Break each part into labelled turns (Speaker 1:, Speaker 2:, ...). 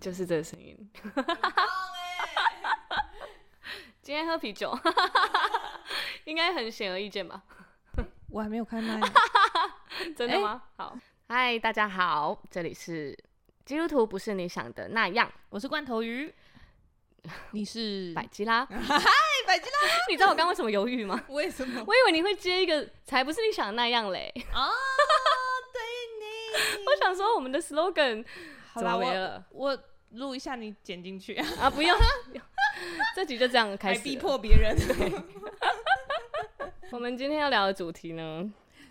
Speaker 1: 就是这个声音。欸 今天喝啤酒， 应该很显而易见吧？
Speaker 2: 我还没有开麦，
Speaker 1: 真的吗？好，哎嗨，大家好，这里是基督徒不是你想的那样，
Speaker 2: 我是罐头鱼， 你 是
Speaker 1: 百吉 拉。
Speaker 2: 百吉拉，
Speaker 1: 你知道我刚刚为什么犹豫吗？
Speaker 2: 为什么？
Speaker 1: 我以为你会接一个才不是你想的那样嘞。
Speaker 2: 啊，对你，
Speaker 1: 我想说我们的 slogan
Speaker 2: 好
Speaker 1: 怎
Speaker 2: 啦，
Speaker 1: 么没
Speaker 2: 我
Speaker 1: 了
Speaker 2: 我录一下，你剪进去，
Speaker 1: 啊？不用， 这集就这样开
Speaker 2: 还
Speaker 1: 始了。
Speaker 2: 逼迫别 人，
Speaker 1: 我们今天要聊的主题呢，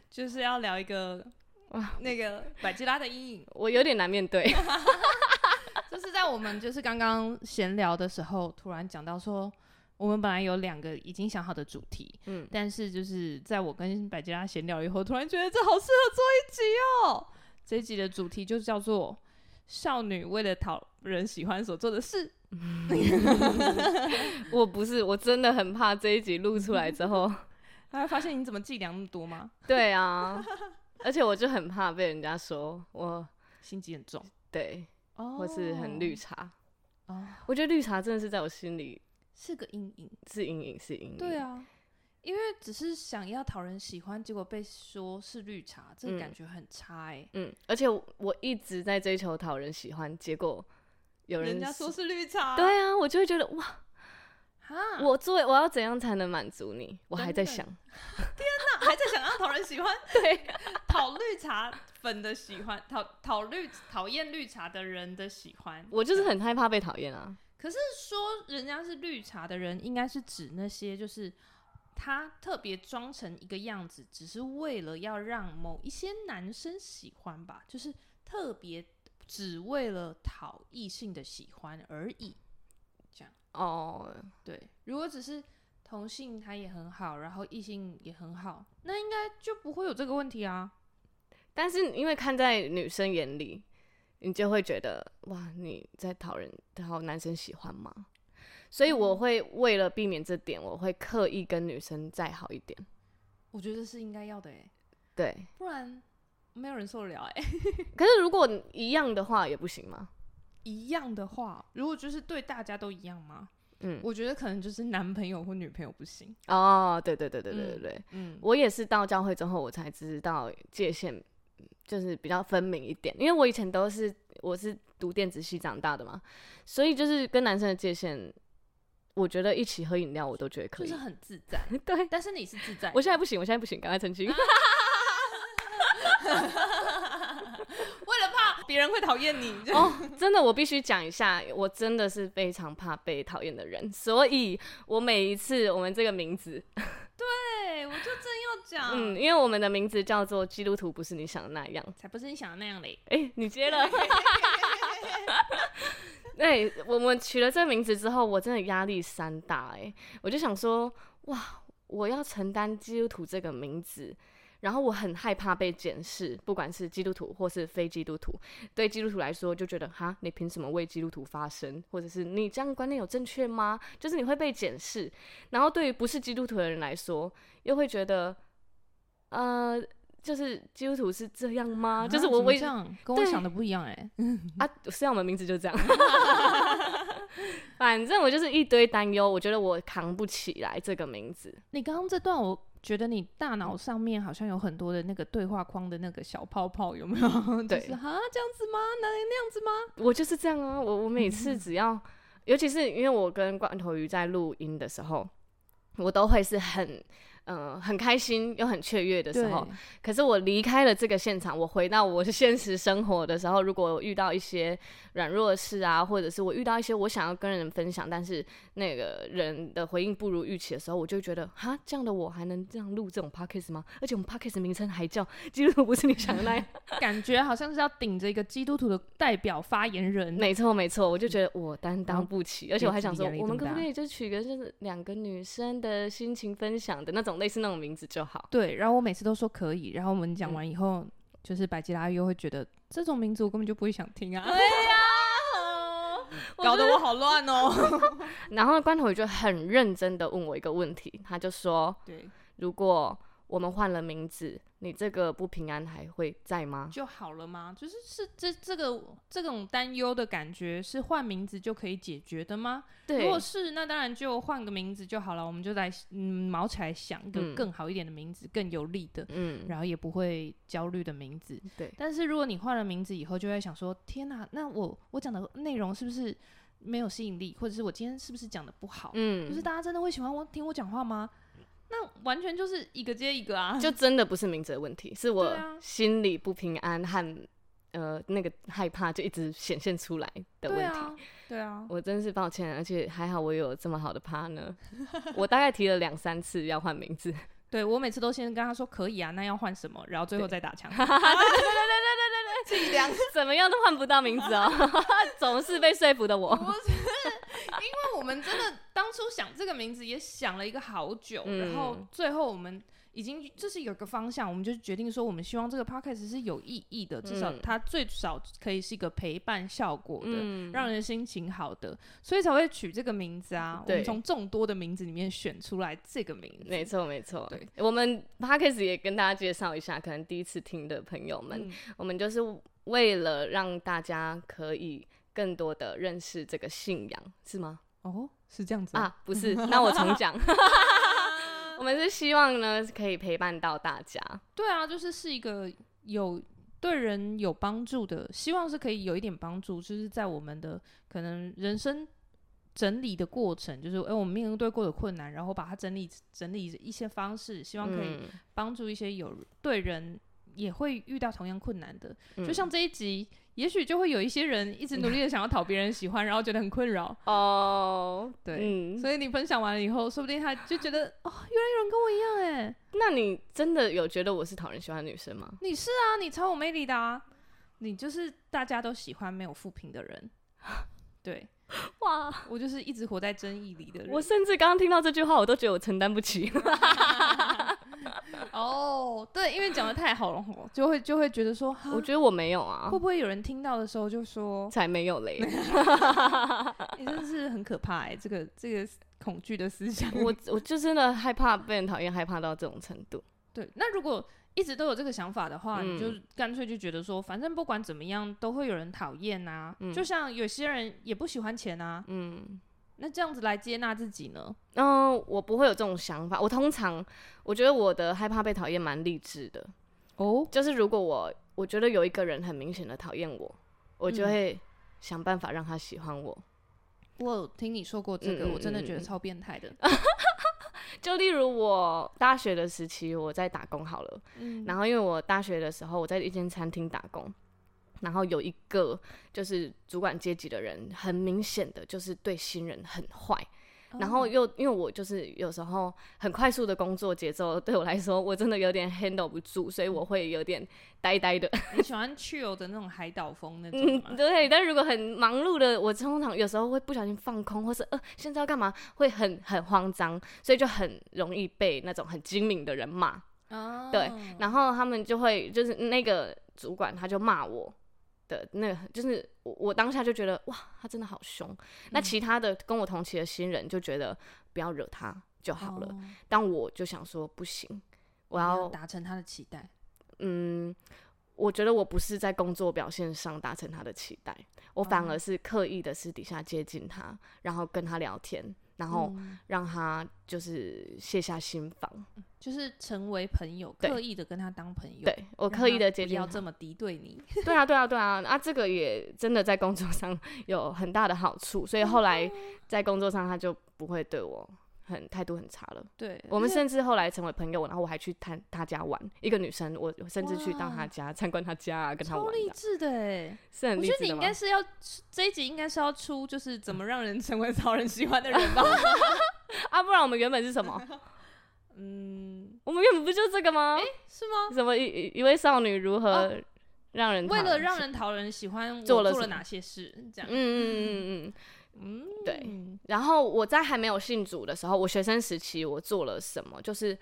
Speaker 2: 就是要聊一个
Speaker 1: 哇
Speaker 2: 那个百吉拉的阴影，
Speaker 1: 我有点难面对。
Speaker 2: 就是在我们就是刚刚闲聊的时候，突然讲到说。我们本来有两个已经想好的主题，
Speaker 1: 嗯
Speaker 2: 但是就是在我跟百吉拉闲聊以后，突然觉得这好适合做一集哦。这一集的主题就叫做“少女为了讨人喜欢所做的事”。
Speaker 1: 我不是，我真的很怕这一集录出来之后，
Speaker 2: 他会发现你怎么计量那么多吗？
Speaker 1: 对啊，而且我就很怕被人家说我
Speaker 2: 心机很重，
Speaker 1: 对，
Speaker 2: 哦
Speaker 1: 或是很绿茶。
Speaker 2: 哦，
Speaker 1: 我觉得绿茶真的是在我心里
Speaker 2: 是个阴影。
Speaker 1: 是阴影，是阴影。
Speaker 2: 对，啊，因为只是想要讨人喜欢，结果被说是绿茶，这个
Speaker 1: 嗯
Speaker 2: 感觉很差哎、
Speaker 1: 嗯，而且我我一直在追求讨人喜欢，结果有人
Speaker 2: 人家说是绿茶，
Speaker 1: 对啊，我就会觉得哇，
Speaker 2: 哈，
Speaker 1: 我作为我要怎样才能满足你？我还在
Speaker 2: 嗯真的
Speaker 1: 想，
Speaker 2: 那还在想要讨人喜欢，
Speaker 1: 对，
Speaker 2: 讨绿茶粉的喜欢，讨讨绿讨厌绿茶的人的喜欢。
Speaker 1: 我就是很害怕被讨厌啊。
Speaker 2: 可是说人家是绿茶的人，应该是指那些就是他特别装成一个样子，只是为了要让某一些男生喜欢吧，就是特别只为了讨异性的喜欢而已。
Speaker 1: 哦，
Speaker 2: 对，如果只是同性他也很好，然后异性也很好，那应该就不会有这个问题啊。
Speaker 1: 但是因为看在女生眼里，你就会觉得哇，你在讨人讨男生喜欢吗？所以我会为了避免这点，我会刻意跟女生再好一点。
Speaker 2: 我觉得是应该要的欸诶，
Speaker 1: 对，
Speaker 2: 不然没有人受得了欸诶。
Speaker 1: 可是如果一样的话也不行吗？
Speaker 2: 一样的话，如果就是对大家都一样吗？
Speaker 1: 嗯，
Speaker 2: 我觉得可能就是男朋友或女朋友不行。
Speaker 1: 哦，对对对对对对
Speaker 2: 嗯
Speaker 1: 对，
Speaker 2: 嗯，
Speaker 1: 我也是到教会之后我才知道界限嗯就是比较分明一点，因为我以前都是我是读电子系长大的嘛，所以就是跟男生的界限，我觉得一起喝饮料我都觉得可
Speaker 2: 就
Speaker 1: 以
Speaker 2: 是。很自在。
Speaker 1: 对，
Speaker 2: 但是你是自在的，
Speaker 1: 我现在不行，我现在不行，赶快澄清。
Speaker 2: 为了怕别人会讨厌你，就
Speaker 1: 哦， 真的，我必须讲一下，我真的是非常怕被讨厌的人，所以我每一次我们这个名字，
Speaker 2: 对我就正要讲，
Speaker 1: 嗯，因为我们的名字叫做基督徒不是你想的那样，
Speaker 2: 才不是你想的那样嘞。
Speaker 1: 哎、你接了。 对，我们取了这个名字之后，我真的压力山大哎、我就想说，哇，我要承担基督徒这个名字，然后我很害怕被检视，不管是基督徒或是非基督徒。对基督徒来说，就觉得哈，你凭什么为基督徒发声，或者是你这样观念有正确吗？就是你会被检视。然后对于不是基督徒的人来说，又会觉得，呃，就是基督徒是这样吗？啊就是我
Speaker 2: 啊怎么
Speaker 1: 我
Speaker 2: 这样跟我
Speaker 1: 对
Speaker 2: 想的不一样哎，
Speaker 1: 啊，虽然我们名字就这样， 反正我就是一堆担忧，我觉得我扛不起来这个名字。
Speaker 2: 你刚刚这段我。觉得你大脑上面好像有很多的那个对话框的那个小泡泡，有没有？
Speaker 1: 对
Speaker 2: 就是啊，这样子吗？那那样子吗？
Speaker 1: 我就是这样啊，我我每次只要，尤其是因为我跟罐头鱼在录音的时候，我都会是很。嗯、很开心又很雀跃的时候，可是我离开了这个现场，我回到我的现实生活的时候，如果我遇到一些软弱的事啊，或者是我遇到一些我想要跟人分享，但是那个人的回应不如预期的时候，我就会觉得，哈，这样的我还能这样录这种 podcast 吗？而且我们 podcast 名称还叫“基督徒不是你想的那样
Speaker 2: 对，感觉好像是要顶着一个基督徒的代表发言”，人，
Speaker 1: 没错没错，我就觉得我担当不 起，而且我还想说
Speaker 2: 压，力这
Speaker 1: 我
Speaker 2: 么
Speaker 1: 们可不
Speaker 2: 大
Speaker 1: 可以就取个就是两个女生的心情分享的那种类似那种名字就好。
Speaker 2: 对，然后我每次都说可以，然后我们讲完以后，就是百吉拉又会觉得这种名字我根本就不会想听啊，
Speaker 1: 搞
Speaker 2: 得我好乱哦。
Speaker 1: 然后关头鱼就很认真的问我一个问题，他就说，
Speaker 2: 对，
Speaker 1: 如果我们换了名字，你这个不平安还会在吗？
Speaker 2: 就好了吗？就是是这这个这种担忧的感觉是换名字就可以解决的吗？如
Speaker 1: 对
Speaker 2: 果，是，那当然就换个名字就好了。我们就来嗯毛起来想一个
Speaker 1: 嗯
Speaker 2: 更好一点的名字，更有力的，
Speaker 1: 嗯，
Speaker 2: 然后也不会焦虑的名字。
Speaker 1: 对，
Speaker 2: 但是如果你换了名字以后，就会想说：天哪、那我我讲的内容是不是没有吸引力，或者是我今天是不是讲的不好？
Speaker 1: 嗯，
Speaker 2: 就是大家真的会喜欢我听我讲话吗？那完全就是一个接一个啊，
Speaker 1: 就真的不是名字的问题，是我
Speaker 2: 对啊
Speaker 1: 心里不平安和呃那个害怕就一直显现出来的问
Speaker 2: 对
Speaker 1: 题。
Speaker 2: 啊，对啊，
Speaker 1: 我真是抱歉，而且还好我有这么好的 partner，我 大概提了两三次要换名字，
Speaker 2: 对我每次都先跟他说可以啊，那要换什么，然后最后再打枪。对对对对 对对，自己量
Speaker 1: 怎么样都换不到名字哦， 总是被说服的我。
Speaker 2: 不是，因为我们 真的当初想这个名字也想了一个好久，
Speaker 1: 嗯
Speaker 2: 然后最后我们已经就是有个方向，我们就决定说，我们希望这个 podcast 是有意义的，至少
Speaker 1: 嗯
Speaker 2: 它最少可以是一个陪伴效果的。
Speaker 1: 嗯，
Speaker 2: 让人心情好的，所以才会取这个名字啊。我
Speaker 1: 对
Speaker 2: 们从众多的名字里面选出来这个名字，
Speaker 1: 没错没错。
Speaker 2: 对，
Speaker 1: 我们 p a c k a g e 也跟大家介绍一下，可能第一次听的朋友们，
Speaker 2: 嗯
Speaker 1: 我们就是为了让大家可以更多的认识这个信仰，是吗？
Speaker 2: 哦，是这样子吗
Speaker 1: 啊，不是，那我重讲。 我们是希望呢，可以陪伴到大家。
Speaker 2: 对啊，就是是一个有对人有帮助的，希望是可以有一点帮助，就是在我们的可能人生整理的过程，就是哎、我们面对过的困难，然后把它整理整理一些方式，希望可以
Speaker 1: 嗯
Speaker 2: 帮助一些有对人也会遇到同样困难的，
Speaker 1: 嗯
Speaker 2: 就像这一集。也许就会有一些人一直努力的想要讨别人喜欢，然后觉得很困扰，
Speaker 1: 哦，
Speaker 2: 对
Speaker 1: 嗯，
Speaker 2: 所以你分享完了以后，说不定他就觉得哦，原来有人跟我一样哎，
Speaker 1: 那你真的有觉得我是讨人喜欢的女 生吗？
Speaker 2: 你是啊，你超有魅力的啊，你就是大家都喜欢没有负评的人。 对
Speaker 1: 哇，
Speaker 2: 我就是一直活在争议里的人。
Speaker 1: 我甚至刚刚听到这句话，我都觉得我承担不起。
Speaker 2: 哦，对，因为讲的太好了吼，就会就会觉得说，哈
Speaker 1: 我觉得我没有啊
Speaker 2: 会，不会有人听到的时候就说，
Speaker 1: 才没有嘞。
Speaker 2: 哎、真的是很可怕哎、这个这个恐惧的思想。
Speaker 1: 我 我就真的害怕被人讨厌，害怕到这种程度。
Speaker 2: 对，那如果一直都有这个想法的话，
Speaker 1: 嗯
Speaker 2: 你就干脆就觉得说，反正不管怎么样都会有人讨厌啊。就像有些人也不喜欢钱啊，
Speaker 1: 嗯
Speaker 2: 那这样子来接纳自己呢？
Speaker 1: 嗯、我不会有这种想法。我通常我觉得我的害怕被讨厌蛮励志的，
Speaker 2: 哦，
Speaker 1: 就是如果我我觉得有一个人很明显的讨厌我，我就
Speaker 2: 嗯
Speaker 1: 会想办法让他喜欢我。
Speaker 2: 我有听你说过这个，
Speaker 1: 嗯嗯
Speaker 2: 我真的觉
Speaker 1: 嗯
Speaker 2: 得
Speaker 1: 嗯
Speaker 2: 超变态的。
Speaker 1: 就例如我大学的时期，我在打工好了，
Speaker 2: 嗯
Speaker 1: 然后因为我大学的时候我在一间餐厅打工，然后有一个就是主管阶级的人，很明显的就是对新人很坏，
Speaker 2: 哦
Speaker 1: 然后又因为我就是有时候很快速的工作节奏对我来说，我真的有点 handle 不住，所以我会有点呆呆的。
Speaker 2: 你喜欢 chill 的那种海岛风那种
Speaker 1: 嗯
Speaker 2: 吗，？
Speaker 1: 对。但如果很忙碌的，我通常有时候会不小心放空，或是呃现在要干嘛，会很很慌张，所以就很容易被那种很精明的人骂。
Speaker 2: 啊
Speaker 1: 对，然后他们就会就是那个主管他就骂我的那个，就是我我当下就觉得哇，他真的好凶。那其他的跟我同期的新人就觉得不要惹他就好了，
Speaker 2: 哦
Speaker 1: 但我就想说不行，我
Speaker 2: 你
Speaker 1: 要
Speaker 2: 达成他的期待。
Speaker 1: 嗯。我觉得我不是在工作表现上达成他的期待，我反
Speaker 2: 哦
Speaker 1: 而是刻意的私底下接近他，然后跟他聊天，然后
Speaker 2: 嗯
Speaker 1: 让他就是卸下心防。
Speaker 2: 就是成为朋友，
Speaker 1: 对
Speaker 2: 刻意的跟他当朋友，
Speaker 1: 对我
Speaker 2: 让
Speaker 1: 刻意
Speaker 2: 他
Speaker 1: 的接
Speaker 2: 不
Speaker 1: 近
Speaker 2: 要
Speaker 1: 他
Speaker 2: 这么敌对你。
Speaker 1: 对啊，对啊，对啊，啊，这个也真的在工作上 有很大的好处，所以后
Speaker 2: 哦
Speaker 1: 来在工作上他就不会对我很态度很差了。
Speaker 2: 对，
Speaker 1: 我们
Speaker 2: 而且
Speaker 1: 甚至后来成为朋友，然后我还去他他家玩，一个女生，我我甚至去到他
Speaker 2: 哇
Speaker 1: 家参观他家、啊，跟他
Speaker 2: 超
Speaker 1: 玩
Speaker 2: 励
Speaker 1: 的，
Speaker 2: 志的哎，
Speaker 1: 是很
Speaker 2: 我
Speaker 1: 励
Speaker 2: 觉得
Speaker 1: 志
Speaker 2: 你
Speaker 1: 的吗？
Speaker 2: 应该是要这一集应该是要出，就是怎么让人成为讨人喜欢 的人吧？
Speaker 1: 啊，不然我们原本是什么？
Speaker 2: 嗯，
Speaker 1: 我们原本不就这个 吗？
Speaker 2: 是吗？
Speaker 1: 什么一一一位少女如何
Speaker 2: 哦
Speaker 1: 让人
Speaker 2: 为
Speaker 1: 讨
Speaker 2: 了
Speaker 1: 喜
Speaker 2: 让人讨人喜欢，我
Speaker 1: 做了
Speaker 2: 做
Speaker 1: 什
Speaker 2: 了
Speaker 1: 么
Speaker 2: 哪些事？这
Speaker 1: 嗯
Speaker 2: 样，
Speaker 1: 嗯嗯嗯嗯。
Speaker 2: 嗯，
Speaker 1: 对然后我在还没有信主的时候，我学生时期我做了什么？就是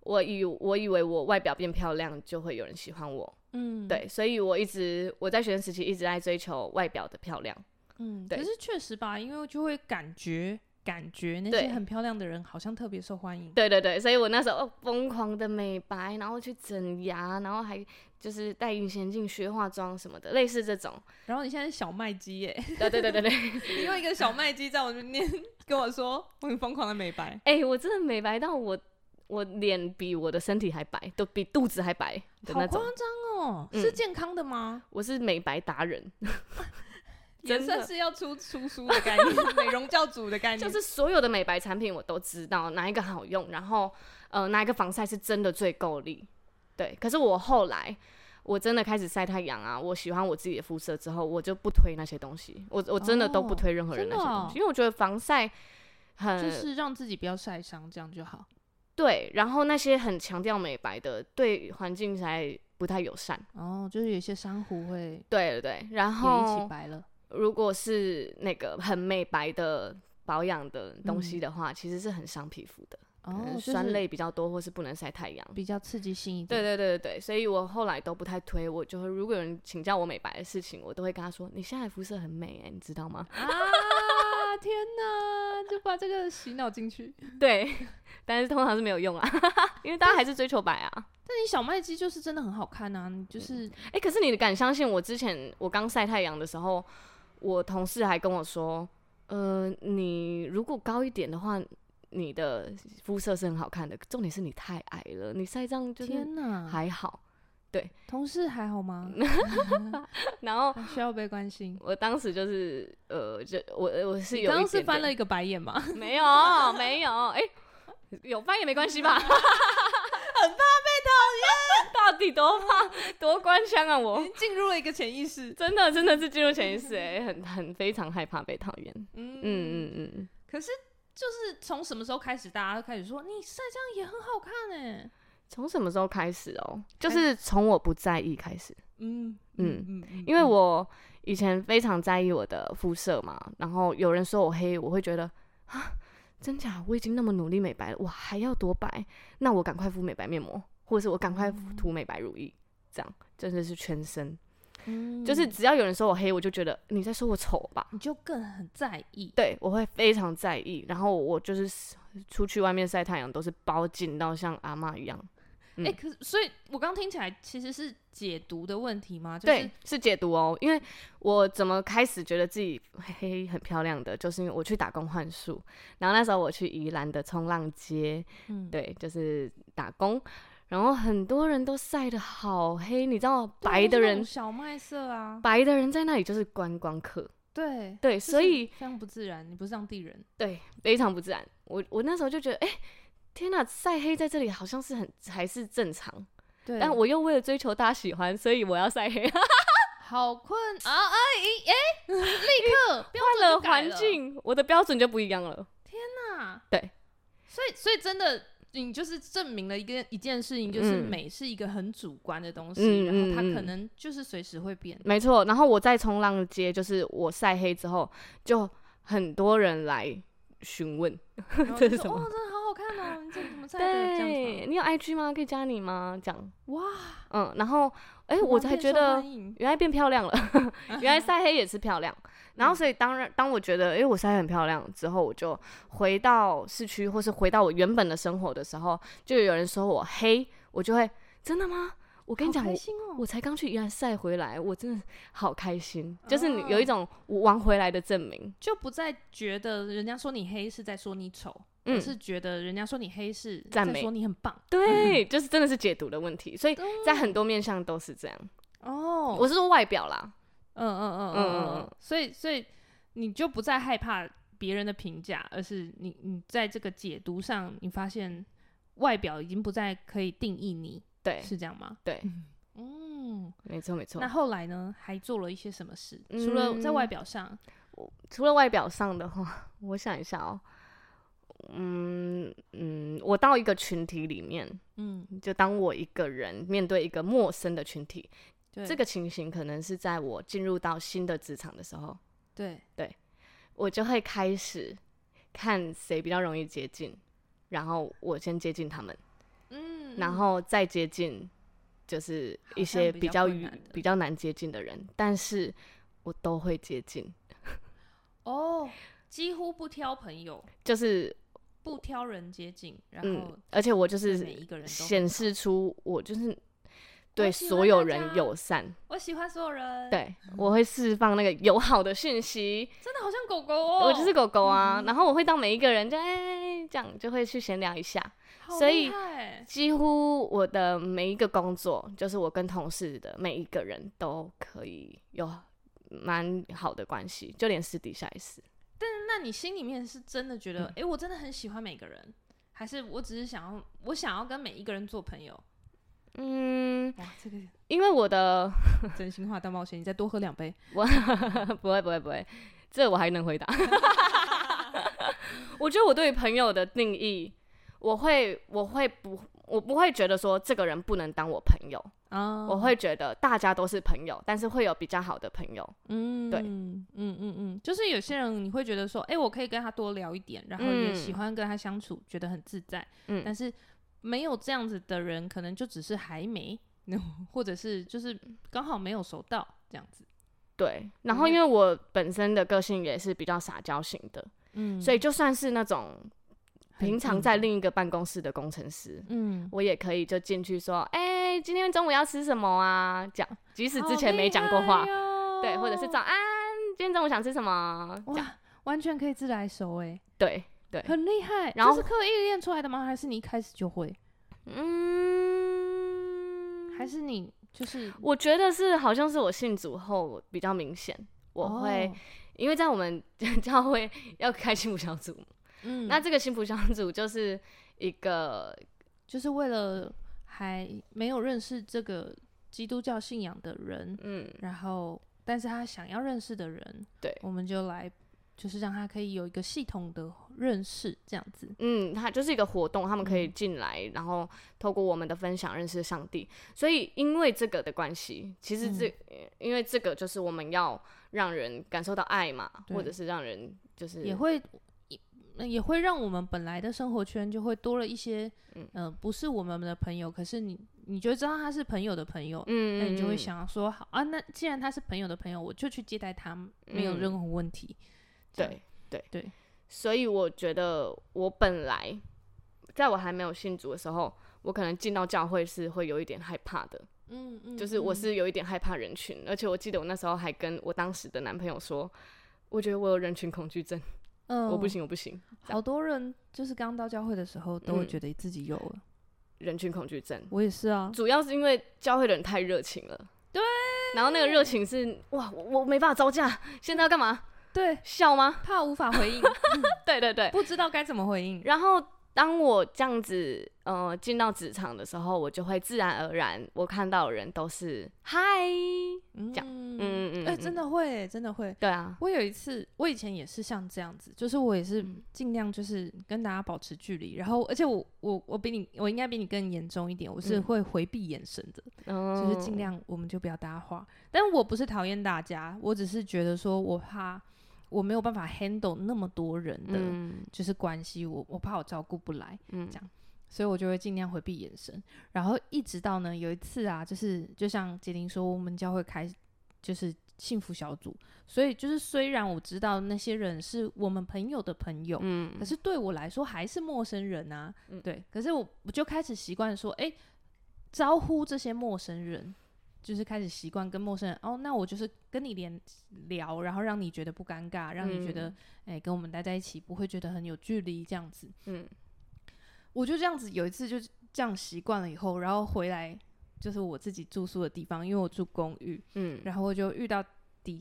Speaker 1: 我以我以为我外表变漂亮就会有人喜欢我，
Speaker 2: 嗯，
Speaker 1: 对，所以我一直我在学生时期一直在追求外表的漂亮，
Speaker 2: 嗯，
Speaker 1: 对
Speaker 2: 可是确实吧，因为就会感觉感觉那
Speaker 1: 对
Speaker 2: 些很漂亮的人好像特别受欢迎。
Speaker 1: 对对对，所以我那时候哦疯狂的美白，然后去整牙，然后还就是戴隐形眼镜、学化妆什么的，类似这种。
Speaker 2: 然后你现在是小麦肌耶，
Speaker 1: 对对对对对，
Speaker 2: 你用一个小麦肌在我面前跟我说我很疯狂的美白，
Speaker 1: 哎、我真的美白到我我脸比我的身体还白，都比肚子还白的
Speaker 2: 好
Speaker 1: 那
Speaker 2: 夸
Speaker 1: 种。
Speaker 2: 张哦！
Speaker 1: 嗯
Speaker 2: 是健康的吗？
Speaker 1: 我是美白达人，真
Speaker 2: 也
Speaker 1: 的
Speaker 2: 算是要出出书的概念，美容教主的概念，
Speaker 1: 就是所有的美白产品我都知道哪一个好用，然后呃哪一个防晒是真的最够力。对，可是我后来我真的开始晒太阳啊，我喜欢我自己的肤色之后，我就不推那些东西，我我真的都不
Speaker 2: 哦
Speaker 1: 推任何人
Speaker 2: 真
Speaker 1: 那
Speaker 2: 的
Speaker 1: 些东
Speaker 2: 哦
Speaker 1: 西，因为我觉得防晒很、
Speaker 2: 就是让自己不要晒伤，这样就好。
Speaker 1: 对，然后那些很强调美白的，对环境才不太友善。
Speaker 2: 哦，就是有些珊瑚会
Speaker 1: 对对对，然
Speaker 2: 也一起
Speaker 1: 后
Speaker 2: 白了。
Speaker 1: 如果是那个很美白的保养的东西的话，其实是很伤皮肤的。可
Speaker 2: 哦
Speaker 1: 能，
Speaker 2: 就是嗯
Speaker 1: 酸类比较多，或是不能晒太阳。
Speaker 2: 比较刺激性一
Speaker 1: 对对
Speaker 2: 点。
Speaker 1: 对对对，所以我后来都不太推，我就会如果有人请教我美白的事情，我都会跟他说：“你现在肤色很美、欸，你知道吗
Speaker 2: 啊，天哪！就把这个洗脑进去。但？”
Speaker 1: 对，但是通常是没有用啊， 因为大家还是追求白啊。
Speaker 2: 你小麦肌就是真的很好看啊，你就是
Speaker 1: 哎、可是你敢相信我之前我刚晒太阳的时候，我同事还跟我说：“呃，你如果高一点的话，你的肤色是很好看的，重点是你太矮了，你晒这样就是
Speaker 2: 天哪！
Speaker 1: 还好。
Speaker 2: 同事还好吗？
Speaker 1: 然后
Speaker 2: 还需要被关心。
Speaker 1: 我当时就是呃，就我我 是
Speaker 2: 你
Speaker 1: 有
Speaker 2: 刚
Speaker 1: 一
Speaker 2: 刚是
Speaker 1: 点
Speaker 2: 翻了
Speaker 1: 点
Speaker 2: 一个白眼吗？
Speaker 1: 没有没有，哎、有翻也没关系吧？ 很怕被讨厌， 到底多怕多官腔啊我！
Speaker 2: 进入了一个潜意识。
Speaker 1: 真的真的是进入潜意识哎、很很非常害怕被讨厌。
Speaker 2: 嗯
Speaker 1: 嗯嗯嗯嗯，
Speaker 2: 可是就是从什么时候开始，大家都开始说你晒这样也很好看哎？
Speaker 1: 从什么时候开始哦、就是从我不在意开始，
Speaker 2: 嗯
Speaker 1: 嗯
Speaker 2: 嗯
Speaker 1: 因为我以前非常在意我的肤色嘛，然后有人说我黑，我会觉得啊，真假？我已经那么努力美白了，我还要多白？那我赶快敷美白面膜，或者是我赶快敷涂美白乳液，这样真的是全身。
Speaker 2: 嗯
Speaker 1: 就是只要有人说我黑，我就觉得你在说我丑吧？
Speaker 2: 你就更很在意。
Speaker 1: 对，我会非常在意，然后我就是出去外面晒太阳都是包紧到像阿嬷一样。嗯
Speaker 2: 哎、可是所以，我刚听起来其实是解读的问题吗？就是
Speaker 1: 对，是解读哦。因为我怎么开始觉得自己黑很漂亮的，就是因为我去打工换宿，然后那时候我去宜兰的冲浪街，
Speaker 2: 嗯，
Speaker 1: 对，就是打工，然后很多人都晒得好黑，你知道
Speaker 2: 对啊
Speaker 1: 白的
Speaker 2: 就是那种
Speaker 1: 人，
Speaker 2: 小麦色啊，
Speaker 1: 白的人在那里就是观光客，
Speaker 2: 对，
Speaker 1: 对，
Speaker 2: 就是
Speaker 1: 所以
Speaker 2: 非常不自然，你不是当地人，
Speaker 1: 对非常不自然。我我那时候就觉得，哎、天呐，晒黑在这里好像是很还是正常，
Speaker 2: 对
Speaker 1: 但我又为了追求大家喜欢，所以我要晒黑，
Speaker 2: 好困啊！哎 哎，立刻
Speaker 1: 换了环
Speaker 2: 标准就改
Speaker 1: 境，我的标准就不一样了。
Speaker 2: 了啊，
Speaker 1: 对，
Speaker 2: 所以所以真的。你就是证明了一个一件事情，就是
Speaker 1: 嗯
Speaker 2: 美是一个很主观的东西，
Speaker 1: 嗯
Speaker 2: 然后它
Speaker 1: 嗯
Speaker 2: 可
Speaker 1: 嗯
Speaker 2: 能就是随时会变。
Speaker 1: 没错，然后我在冲浪街，就是我晒黑之后，就很多人来询问，
Speaker 2: 然后就
Speaker 1: 这是
Speaker 2: 说
Speaker 1: 什么
Speaker 2: 哦，真的好好看哦，你这怎么晒的这样
Speaker 1: 对
Speaker 2: 子吗？
Speaker 1: 你有 IG 吗？可以加你吗？这样，
Speaker 2: 哇，
Speaker 1: 嗯，然后，哎、
Speaker 2: 突
Speaker 1: 我
Speaker 2: 然
Speaker 1: 才
Speaker 2: 变
Speaker 1: 觉
Speaker 2: 受
Speaker 1: 得
Speaker 2: 欢迎
Speaker 1: 原来变漂亮了， 原来晒黑也是漂亮。然
Speaker 2: 嗯
Speaker 1: 后，所以当然，当我觉得，哎、我晒黑很漂亮之后，我就回到市区，或是回到我原本的生活的时候，就有人说我黑，我就会真的吗？我跟你
Speaker 2: 好
Speaker 1: 讲，
Speaker 2: 开
Speaker 1: 我
Speaker 2: 心哦，
Speaker 1: 我才刚去宜兰晒回来，我真的好开心，就是你
Speaker 2: 哦
Speaker 1: 有一种我玩回来的证明。
Speaker 2: 就不再觉得人家说你黑是在说你丑，
Speaker 1: 嗯
Speaker 2: 而是觉得人家说你黑是
Speaker 1: 赞
Speaker 2: 在
Speaker 1: 美
Speaker 2: 说你很棒。
Speaker 1: 对， 就是真的是解读的问题，所以在很多面向都是这样。
Speaker 2: 哦，
Speaker 1: 我是说外表啦，
Speaker 2: 嗯嗯嗯
Speaker 1: 嗯
Speaker 2: 嗯
Speaker 1: 嗯
Speaker 2: 嗯，所以所以你就不再害怕别人的评价，而是你你在这个解读上，你发现外表已经不再可以定义你，
Speaker 1: 对
Speaker 2: 是这样吗？
Speaker 1: 对，
Speaker 2: 嗯，
Speaker 1: 没错没错
Speaker 2: 那。后来呢？还做了一些什么事？除了在
Speaker 1: 嗯
Speaker 2: 外表上，
Speaker 1: 除了外表上的话，我想一下哦、嗯嗯，我到一个群体里面，
Speaker 2: 嗯，
Speaker 1: 就当我一个人面对一个陌生的群体，
Speaker 2: 对，
Speaker 1: 这个情形可能是在我进入到新的职场的时候，
Speaker 2: 对，
Speaker 1: 我就会开始看谁比较容易接近，然后我先接近他们。
Speaker 2: 嗯，
Speaker 1: 然
Speaker 2: 嗯
Speaker 1: 后再接近，就是
Speaker 2: 好
Speaker 1: 一
Speaker 2: 像
Speaker 1: 些
Speaker 2: 比
Speaker 1: 比较
Speaker 2: 较困
Speaker 1: 与
Speaker 2: 难的
Speaker 1: 比较难接近的人，但是我都会接近。
Speaker 2: 哦，几乎不挑朋友，
Speaker 1: 就是
Speaker 2: 不挑人接近，然后
Speaker 1: 嗯，而且我就
Speaker 2: 对
Speaker 1: 是
Speaker 2: 每一个人都
Speaker 1: 显示出我就是对
Speaker 2: 喜欢
Speaker 1: 所有
Speaker 2: 大
Speaker 1: 人
Speaker 2: 家
Speaker 1: 友善，
Speaker 2: 我喜欢所有人，，
Speaker 1: 对我会释放那个友好的讯息。
Speaker 2: 真的好像狗狗哦，嗯
Speaker 1: 我就是狗狗啊，然后我会到每一个人就哎这样就会去闲聊一下。
Speaker 2: 好
Speaker 1: 所
Speaker 2: 厉
Speaker 1: 以
Speaker 2: 害
Speaker 1: 几乎我的每一个工作，就是我跟同事的每一个人都可以有蛮好的关系，就连私底下也是。
Speaker 2: 那你心里面是真的觉得，
Speaker 1: 嗯
Speaker 2: 诶，我真的很喜欢每个人，还是我只是想要，我想要跟每一个人做朋友？
Speaker 1: 嗯，
Speaker 2: 哇，这个
Speaker 1: 因为我的
Speaker 2: 真心话大冒险，你再多喝两杯。
Speaker 1: 我不会不会不会，这我还能回答。 我觉得我对朋友的定义，我会我会不我不会觉得说这个人不能当我朋友，
Speaker 2: 啊
Speaker 1: 我会觉得大家都是朋友，但是会有比较好的朋友。
Speaker 2: 嗯，
Speaker 1: 对
Speaker 2: 嗯嗯嗯嗯，就是有些人你会觉得说，诶，我可以跟他多聊一点，然后
Speaker 1: 嗯
Speaker 2: 也喜欢跟他相处，觉得很自在。
Speaker 1: 嗯
Speaker 2: 但是没有这样子的人，可能就只是还没，或者是就是刚好没有熟到这样子。
Speaker 1: 对，然后因为我本身的个性也是比较撒娇型的，
Speaker 2: 嗯
Speaker 1: 所以就算是那种
Speaker 2: 很
Speaker 1: 平常
Speaker 2: 硬
Speaker 1: 在另一个办公室的工程师，
Speaker 2: 嗯，
Speaker 1: 我也可以就进去说，哎、今天中午要吃什么啊？讲，即使
Speaker 2: 好
Speaker 1: 之前没
Speaker 2: 厉
Speaker 1: 讲过话
Speaker 2: 害，哟
Speaker 1: 对，或者是早安，今天中午想吃什么？这样，
Speaker 2: 哇，完全可以自来熟哎、
Speaker 1: 对对，
Speaker 2: 很厉害。
Speaker 1: 欸然后
Speaker 2: 这是刻意练出来的吗？还是你一开始就会？
Speaker 1: 嗯，
Speaker 2: 还是你就是
Speaker 1: 我觉得是好像是我信主后比较明显，我会、
Speaker 2: 哦
Speaker 1: 因为在我们 教会要开幸福小组，
Speaker 2: 嗯，
Speaker 1: 那这个幸福小组就是一个
Speaker 2: 就是为了还没有认识这个基督教信仰的人，
Speaker 1: 嗯
Speaker 2: 然后但是他想要认识的人，
Speaker 1: 对
Speaker 2: 我们就来就是让他可以有一个系统的认识，这样子。
Speaker 1: 嗯，它就是一个活动，他们可
Speaker 2: 嗯
Speaker 1: 以进来，然后透过我们的分享认识上帝。所以因为这个的关系，其实这、
Speaker 2: 嗯
Speaker 1: 因为这个就是我们要让人感受到爱嘛，
Speaker 2: 对
Speaker 1: 或者是让人就是
Speaker 2: 也会也也会让我们本来的生活圈就会多了一些，嗯、不是我们的朋友，可是你你就知道他是朋友的朋友，
Speaker 1: 嗯，
Speaker 2: 哎那你就
Speaker 1: 嗯
Speaker 2: 会
Speaker 1: 嗯
Speaker 2: 想说，好啊，那既然他是朋友的朋友，我就去接待他，没有
Speaker 1: 嗯
Speaker 2: 任何问题。这样
Speaker 1: 对对
Speaker 2: 对，
Speaker 1: 所以我觉得我本来在我还没有信主的时候，我可能进到教会是会有一点害怕的，
Speaker 2: 嗯嗯
Speaker 1: 就是我
Speaker 2: 嗯
Speaker 1: 是有一点害怕人群，而且我记得我那时候还跟我当时的男朋友说，我觉得我有人群恐惧症，
Speaker 2: 嗯
Speaker 1: 我不。行，我不行，
Speaker 2: 好多人就是刚到教会的时候，都会
Speaker 1: 嗯
Speaker 2: 觉得自己有了。
Speaker 1: 人群恐惧症。
Speaker 2: 我也 是啊，
Speaker 1: 主要是因为教会的人太热情了，
Speaker 2: 对，
Speaker 1: 然后那个热情是哇，我我没办法招架，现在要干嘛？
Speaker 2: 对，
Speaker 1: 笑吗？
Speaker 2: 怕无 法回应，
Speaker 1: 对对对，
Speaker 2: 不知道该怎么 回应。
Speaker 1: 然后当我这样子呃进到职场的时候，我就会自然而然，我看到的人都是嗨，
Speaker 2: 嗯
Speaker 1: 这样
Speaker 2: 嗯，
Speaker 1: 嗯嗯，
Speaker 2: 哎，真
Speaker 1: 嗯
Speaker 2: 的会，真的会。
Speaker 1: 对啊，
Speaker 2: 我有一次，我以前也是像这样子，就是我也是
Speaker 1: 嗯
Speaker 2: 尽量就是跟大家保持距离，然后而且我我我比你我应该比你更严重一点，我是
Speaker 1: 嗯
Speaker 2: 会回避眼神的，
Speaker 1: 嗯，
Speaker 2: 就是尽量我们就不要搭话。但我不是讨厌大家，我只是觉得说我怕我没有办法 handle 那么多人的、
Speaker 1: 嗯
Speaker 2: 就是关系，我我怕我照顾不来，
Speaker 1: 嗯
Speaker 2: 这样所以我就会尽量回避眼神。然后一直到呢有一次啊，就是就像杰林说，我们教会开就是幸福小组，所以就是虽然我知道那些人是我们朋友的朋友，
Speaker 1: 嗯
Speaker 2: 可是对我来说还是陌生人啊。
Speaker 1: 嗯
Speaker 2: 对，可是我我就开始习惯说，哎、招呼这些陌生人。就是开始习惯跟陌生人哦，那我就是跟你连聊，然后让你觉得不尴尬，让你觉得哎、跟我们待在一起不会觉得很有距离这样子。
Speaker 1: 嗯
Speaker 2: 我就这样子，有一次就是这样习惯了以后，然后回来就是我自己住宿的地方，因为我住公寓，
Speaker 1: 嗯
Speaker 2: 然后我就遇到底，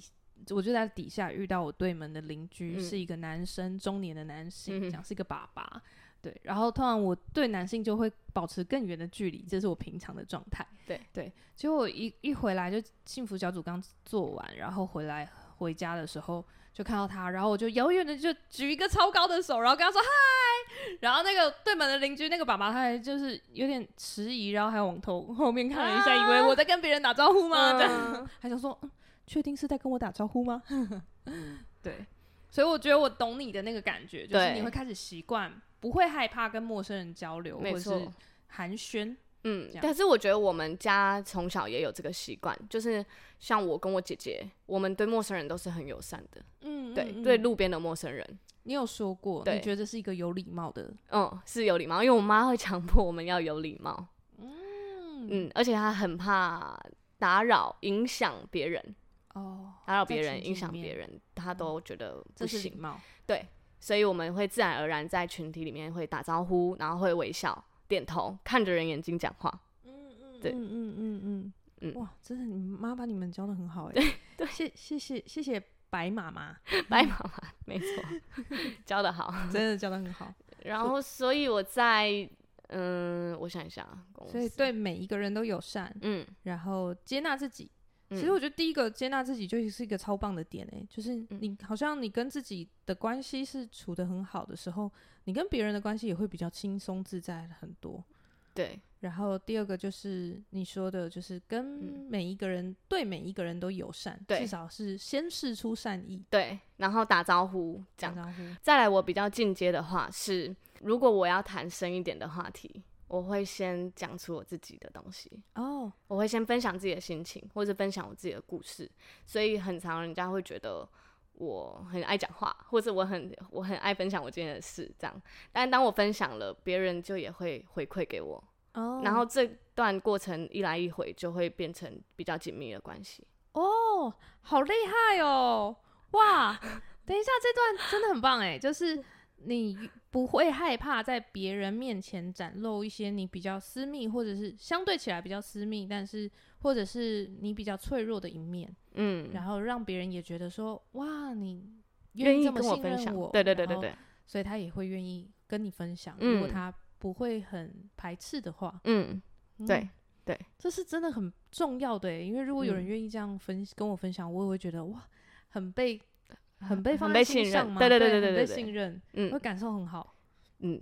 Speaker 2: 我就在底下遇到我对门的邻居、
Speaker 1: 嗯
Speaker 2: 是一个男生，中年的男性，
Speaker 1: 嗯哼
Speaker 2: 这样是一个爸爸。对，然后通常我对男性就会保持更远的距离，这是我平常的状态。
Speaker 1: 对
Speaker 2: 对，结果我一一回来就幸福小组刚做完，然后回来回家的时候就看到他，然后我就遥远的就举一个超高的手，然后跟他说嗨，然后那个对门的邻居那个爸爸他还就是有点迟疑，然后还往头后面看了一下，以为我在跟别人打招呼吗？
Speaker 1: 嗯
Speaker 2: 这样还想说，嗯确定是在跟我打招呼吗？对，所以我觉得我懂你的那个感觉，就是
Speaker 1: 对
Speaker 2: 你会开始习惯，不会害怕跟陌生人交流，或
Speaker 1: 没
Speaker 2: 者
Speaker 1: 错
Speaker 2: 是寒暄。
Speaker 1: 嗯
Speaker 2: 这样，
Speaker 1: 但是我觉得我们家从小也有这个习惯，就是像我跟我姐姐，我们对陌生人都是很友善的，
Speaker 2: 嗯嗯
Speaker 1: 对，
Speaker 2: 嗯
Speaker 1: 对路边的陌生人，
Speaker 2: 你有说过，
Speaker 1: 对
Speaker 2: 你觉得这是一个有礼貌的，
Speaker 1: 嗯，是有礼貌，因为我妈会强迫我们要有礼貌，
Speaker 2: 嗯，
Speaker 1: 嗯，而且她很怕打扰、影响别人，
Speaker 2: 哦，
Speaker 1: 打扰
Speaker 2: 在
Speaker 1: 别人、
Speaker 2: 群
Speaker 1: 影
Speaker 2: 体
Speaker 1: 响
Speaker 2: 里面
Speaker 1: 别人，她都觉得不
Speaker 2: 这是礼
Speaker 1: 行，
Speaker 2: 貌，
Speaker 1: 所以我们会自然而然在群体里面会打招呼，然后会微笑、点头，看着人眼睛讲话。
Speaker 2: 嗯嗯
Speaker 1: 对
Speaker 2: 嗯嗯嗯嗯，
Speaker 1: 嗯
Speaker 2: 哇，真的，你妈把你们教的 很好哎、欸，对，谢谢谢谢谢白妈妈，
Speaker 1: 白妈妈，没错，教的好。
Speaker 2: 真的教的 很好，
Speaker 1: 然后，所以我在嗯，我想一下，公
Speaker 2: 所以
Speaker 1: 司，
Speaker 2: 对每一个人都友善，
Speaker 1: 嗯，
Speaker 2: 然后接纳自己。其实
Speaker 1: 嗯
Speaker 2: 我觉得第一个接纳自己就是一个超棒的点哎、就是
Speaker 1: 嗯
Speaker 2: 你好像你跟自己的关系是处的很好的时候，你跟别人的关系也会比较轻松自在很多。
Speaker 1: 对，
Speaker 2: 然后第二个就是你说的，就是跟每一个人、对每一个人都友善，
Speaker 1: 嗯对
Speaker 2: 至少是先试出善意，
Speaker 1: 对，然后打招呼这
Speaker 2: 打
Speaker 1: 样。
Speaker 2: 招呼。
Speaker 1: 再来，我比较进阶的话是，如果我要谈深一点的话题，我会先讲出我自己的东西，
Speaker 2: 哦，
Speaker 1: 我会先分享自己的心情，或者分享我自己的故事。所以，很常人家会觉得。我很爱讲话，或者我很我很爱分享我今天的事，这样。但当我分享了，别人就也会回馈给我，
Speaker 2: 哦，
Speaker 1: 然后这段过程一来一回就会变成比较紧密的关系。
Speaker 2: 哦，好厉害哦！ 哇，等一下，这段真的很棒哎，就是你不会害怕在别人面前展露一些你比较私密，或者是相对起来比较私密，但是或者是你比较脆弱的一面，
Speaker 1: 嗯，
Speaker 2: 然后让别人也觉得说，哇，你
Speaker 1: 愿
Speaker 2: 意
Speaker 1: 意
Speaker 2: 这么
Speaker 1: 跟我
Speaker 2: 信
Speaker 1: 分
Speaker 2: 任
Speaker 1: 享
Speaker 2: 我，，
Speaker 1: 对对对
Speaker 2: 然
Speaker 1: 对
Speaker 2: 后，
Speaker 1: 对，
Speaker 2: 所以他也会愿意跟你分享，如果
Speaker 1: 嗯
Speaker 2: 他不会很排斥的话，
Speaker 1: 嗯，对
Speaker 2: 嗯
Speaker 1: 对，
Speaker 2: 这是真的很重要的欸耶，因为如果有
Speaker 1: 嗯
Speaker 2: 人愿意这样分跟我分享，我也会觉得哇，很被很被放
Speaker 1: 很
Speaker 2: 在
Speaker 1: 被
Speaker 2: 心
Speaker 1: 信
Speaker 2: 上
Speaker 1: 任
Speaker 2: 嘛，
Speaker 1: 对
Speaker 2: 对
Speaker 1: 对对对
Speaker 2: 很
Speaker 1: 对
Speaker 2: 被
Speaker 1: 对
Speaker 2: 信任，会
Speaker 1: 嗯
Speaker 2: 感受很好，
Speaker 1: 嗯，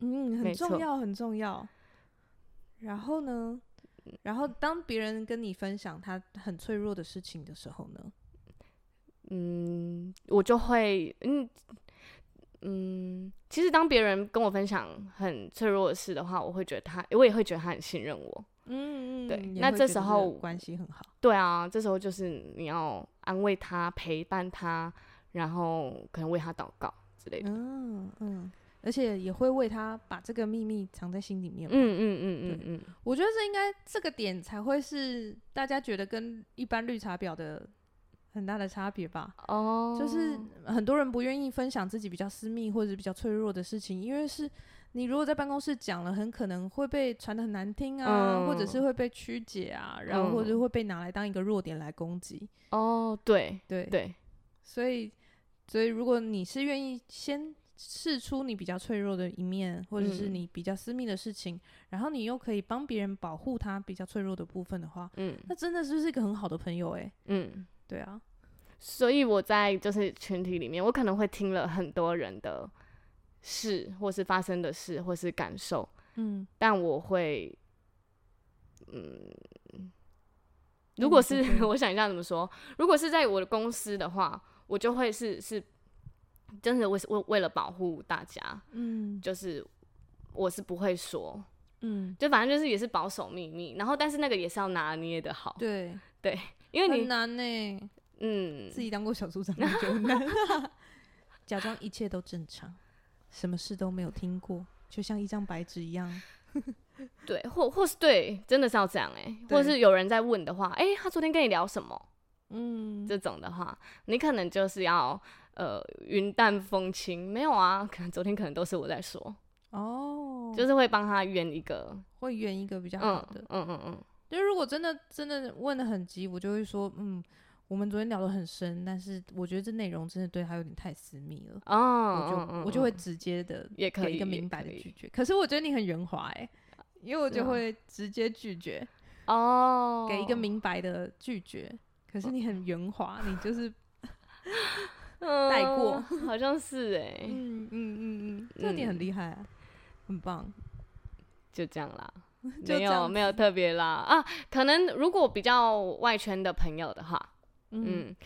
Speaker 2: 嗯，很
Speaker 1: 没
Speaker 2: 重
Speaker 1: 错
Speaker 2: 要，很重要。然后呢，然后当别人跟你分享他很脆弱的事情的时候呢，
Speaker 1: 嗯，我就会，嗯嗯，其实当别人跟我分享很脆弱的事的话，我会觉得他，我也会觉得他很信任我。
Speaker 2: 嗯，嗯
Speaker 1: 对
Speaker 2: 嗯也
Speaker 1: 那
Speaker 2: 会
Speaker 1: 这
Speaker 2: 觉
Speaker 1: 时
Speaker 2: 得
Speaker 1: 候
Speaker 2: 关系很好，
Speaker 1: 对啊，这时候就是你要安慰他、陪伴他，然后可能为他祷告之类的。
Speaker 2: 嗯嗯，而且也会为他把这个秘密藏在心里面
Speaker 1: 嗯
Speaker 2: 嘛，
Speaker 1: 嗯嗯嗯嗯，
Speaker 2: 我觉得这应该这个点才会是大家觉得跟一般绿茶婊的很大的差别吧，
Speaker 1: 哦，
Speaker 2: 就是很多人不愿意分享自己比较私密或者比较脆弱的事情，因为是你如果在办公室讲了，很可能会被传的很难听啊，
Speaker 1: 嗯
Speaker 2: 或者是会被曲解啊，然后
Speaker 1: 嗯
Speaker 2: 或者会被拿来当一个弱点来攻击。
Speaker 1: 哦，对
Speaker 2: 对，
Speaker 1: 对，
Speaker 2: 所以所以如果你是愿意先试出你比较脆弱的一面，或者是
Speaker 1: 嗯
Speaker 2: 你比较私密的事情，然后你又可以帮别人保护他比较脆弱的部分的话，
Speaker 1: 嗯
Speaker 2: 那真的就是一个很好的朋友哎、
Speaker 1: 嗯。
Speaker 2: 对啊，
Speaker 1: 所以我在就是群体里面，我可能会听了很多人的事，或是发生的事，或是感受，
Speaker 2: 嗯，
Speaker 1: 但我会，嗯，
Speaker 2: 那
Speaker 1: 如果
Speaker 2: 你就是 会
Speaker 1: 我想一下怎么说，如果是在我的公司的话，我就会是是，真的为为为了保护大家，
Speaker 2: 嗯
Speaker 1: 就是我是不会说，
Speaker 2: 嗯，
Speaker 1: 就反正就是也是保守秘密，然后但是那个也是要拿捏的好，
Speaker 2: 对，
Speaker 1: 因为
Speaker 2: 很
Speaker 1: 你
Speaker 2: 难呢、
Speaker 1: 嗯
Speaker 2: 自己当过小 组长就很难， 假装一切都正常，什么事都没有听过，就像一张白纸一样。
Speaker 1: 对，或或是对，真的是要这样哎、或
Speaker 2: 对
Speaker 1: 是有人在问的话，哎、他昨天跟你聊什么？
Speaker 2: 嗯，
Speaker 1: 这种的话，你可能就是要呃云淡风轻，没有啊，可能昨天可能都是我在说，
Speaker 2: 哦，
Speaker 1: 就是会帮他圆一个，
Speaker 2: 会圆一个比较好
Speaker 1: 嗯
Speaker 2: 的。
Speaker 1: 嗯嗯嗯，
Speaker 2: 就是如果真的真的问的很急，我就会说，嗯，我们昨天聊得很深，但是我觉得这内容真的对他有点太私密了，
Speaker 1: 哦，
Speaker 2: 我就、
Speaker 1: 嗯嗯
Speaker 2: 我就会
Speaker 1: 嗯
Speaker 2: 直接的
Speaker 1: 也可
Speaker 2: 给
Speaker 1: 以
Speaker 2: 一个
Speaker 1: 也
Speaker 2: 明白
Speaker 1: 可
Speaker 2: 的
Speaker 1: 以
Speaker 2: 拒绝。可是我觉得你很圆滑哎、因为我就
Speaker 1: 嗯
Speaker 2: 会直接拒绝，
Speaker 1: 哦，
Speaker 2: 给一个，明白的拒绝。可是你很圆滑，你就是
Speaker 1: 哦
Speaker 2: 带过
Speaker 1: 嗯，好像是哎、
Speaker 2: 嗯嗯嗯嗯，这点很厉害啊，很棒。
Speaker 1: 就这样啦，
Speaker 2: 就
Speaker 1: 没
Speaker 2: 这样
Speaker 1: 有没有特别啦啊，可能如果比较外圈的朋友的话，
Speaker 2: 嗯
Speaker 1: 嗯，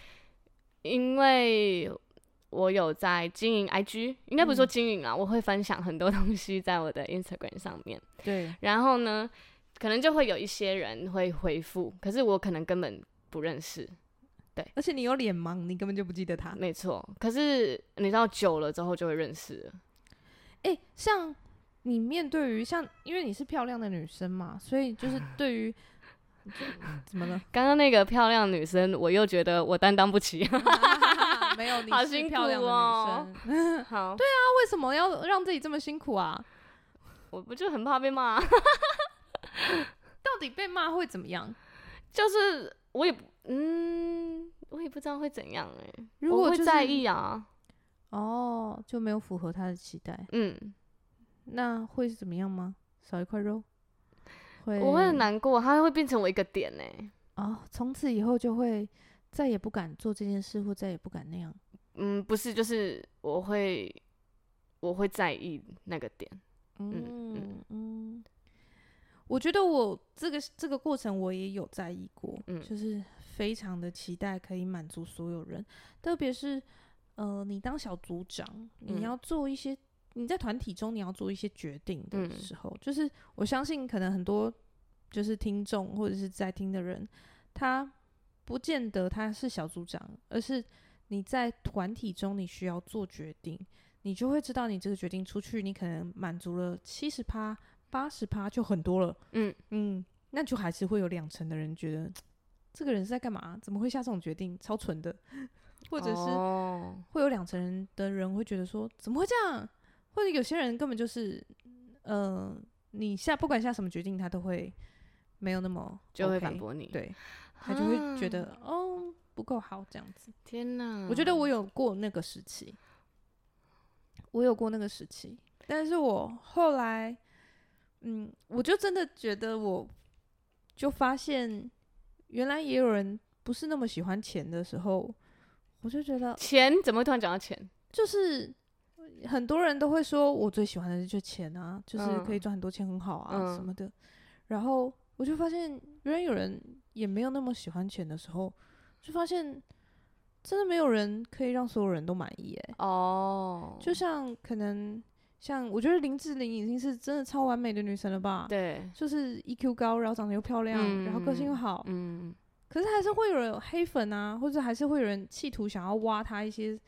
Speaker 1: 因为我有在经营 IG，应该不是说
Speaker 2: 嗯
Speaker 1: 经营啊，我会分享很多东西在我的 Instagram 上面。
Speaker 2: 对，
Speaker 1: 然后呢，可能就会有一些人会回复，可是我可能根本不认识，对，
Speaker 2: 而且你有脸盲，你根本就不记得他。
Speaker 1: 没错。可是你知道久了之后就会认识了，
Speaker 2: 哎、像你面对于像，因为你是漂亮的女生嘛，所以 就是对于就怎么了？
Speaker 1: 刚刚那个漂亮女生，我又觉得我担当不 起。
Speaker 2: 没有，你
Speaker 1: 好
Speaker 2: 是
Speaker 1: 辛
Speaker 2: 漂亮
Speaker 1: 苦
Speaker 2: 的
Speaker 1: 哦
Speaker 2: 女生，
Speaker 1: 好，
Speaker 2: 那为什么要让自己这么辛苦啊？
Speaker 1: 我不就很怕被骂，
Speaker 2: 到底被骂会怎么样？
Speaker 1: 就是我也不嗯，我也不知道会怎样哎、
Speaker 2: 如
Speaker 1: 我
Speaker 2: 果
Speaker 1: 会
Speaker 2: 就是
Speaker 1: 在意啊，
Speaker 2: 哦，就没有符合他的期待，
Speaker 1: 嗯，
Speaker 2: 那会是怎么样吗？少一块肉，会
Speaker 1: 我会很难过，它会变成我一个点哎、
Speaker 2: 哦，从此以后就会再也不敢做这件事，或再也不敢那样。
Speaker 1: 嗯，不是，就是我会我会在意那个点，嗯
Speaker 2: 嗯嗯，我觉得我这个这个过程我也有在意过，
Speaker 1: 嗯
Speaker 2: 就是非常的期待可以满足所有人，特别是呃，你当小组长，
Speaker 1: 嗯
Speaker 2: 你要做一些、你在团体中你要做一些决定的
Speaker 1: 嗯
Speaker 2: 时候，就是我相信可能很多就是听众或者是在听的人，他不见得他是小组长，而是你在团体中你需要做决定，你就会知道你这个决定出去，你可能满足了七十趴、八十趴就很多了。
Speaker 1: 嗯
Speaker 2: 嗯，那就还是会有两成的人觉得这个人是在干嘛？怎么会下这种决定？超蠢的， 或者是
Speaker 1: 哦
Speaker 2: 会有两成人的人会觉得说怎么会这样？或者有些人根本就是，呃，你下不管下什么决定，他都会没有那么
Speaker 1: 就会
Speaker 2: OK
Speaker 1: 反，驳你，
Speaker 2: 对他就会觉
Speaker 1: 啊
Speaker 2: 得、哦不够好这样子。
Speaker 1: 天哪，
Speaker 2: 我觉得我有过那个时期，我有过那个时期，但是我后来，嗯，我就真的觉得我，就发现原来也有人不是那么喜欢钱的时候，我就觉得
Speaker 1: 钱怎么会突然讲到钱？
Speaker 2: 就是。很多人都会说，我最喜欢的就是钱啊，就是
Speaker 1: 嗯
Speaker 2: 可以赚很多钱，很好啊、
Speaker 1: 嗯
Speaker 2: 什么的。然后我就发现，原来有人也没有那么喜欢钱的时候，就发现真的没有人可以让所有人都满意、欸。
Speaker 1: 哦，
Speaker 2: 就像可能像我觉得林志玲已经是真的超完美的女神了吧？，
Speaker 1: 对，
Speaker 2: 就是 EQ 高，然后长得又漂亮，然后个性又好，
Speaker 1: 嗯，
Speaker 2: 可是还是会有人有黑粉啊，或者还是会有人企图想要挖她一些，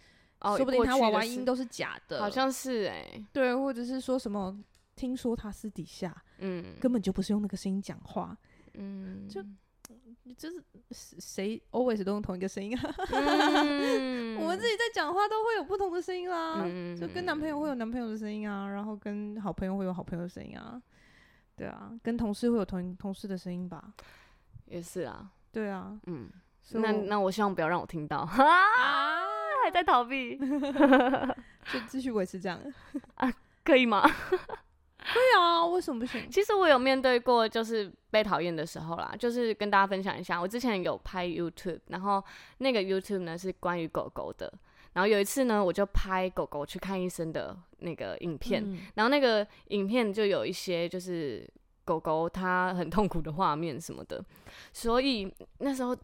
Speaker 1: 哦，
Speaker 2: 说不定
Speaker 1: 过
Speaker 2: 她
Speaker 1: 去
Speaker 2: 娃
Speaker 1: 的
Speaker 2: 娃
Speaker 1: 事
Speaker 2: 音都是假的，
Speaker 1: 好像是哎、
Speaker 2: 对，或者是说什么。听说她私底下
Speaker 1: 嗯，
Speaker 2: 根本就不是用那个声音讲话，
Speaker 1: 嗯，
Speaker 2: 就就是谁 always 都用同一个声音啊？
Speaker 1: 嗯
Speaker 2: 我们自己在讲话都会有不同的声音啦。
Speaker 1: 嗯
Speaker 2: 就跟男朋友会有男朋友的声音啊，然后跟好朋友会有好朋友的声音啊，对啊，跟同事会有同同事的声音吧，
Speaker 1: 也是啊，
Speaker 2: 对啊，
Speaker 1: 嗯，
Speaker 2: 所以
Speaker 1: 那
Speaker 2: 我
Speaker 1: 那我希望不要让我听到， 啊，
Speaker 2: 啊，
Speaker 1: 还在逃 避，
Speaker 2: 就继续维持这样，
Speaker 1: 可以吗？
Speaker 2: 对啊，为什么不行？
Speaker 1: 其实我有面对过，就是被讨厌的时候啦，就是跟大家分享一下，我之前有拍 YouTube，然后那个 YouTube 呢是关于狗狗的，然后有一次呢，我就拍狗狗去看医生的那个影片，
Speaker 2: 嗯
Speaker 1: 然后那个影片就有一些就是狗狗它很痛苦的画面什么的，所以那时候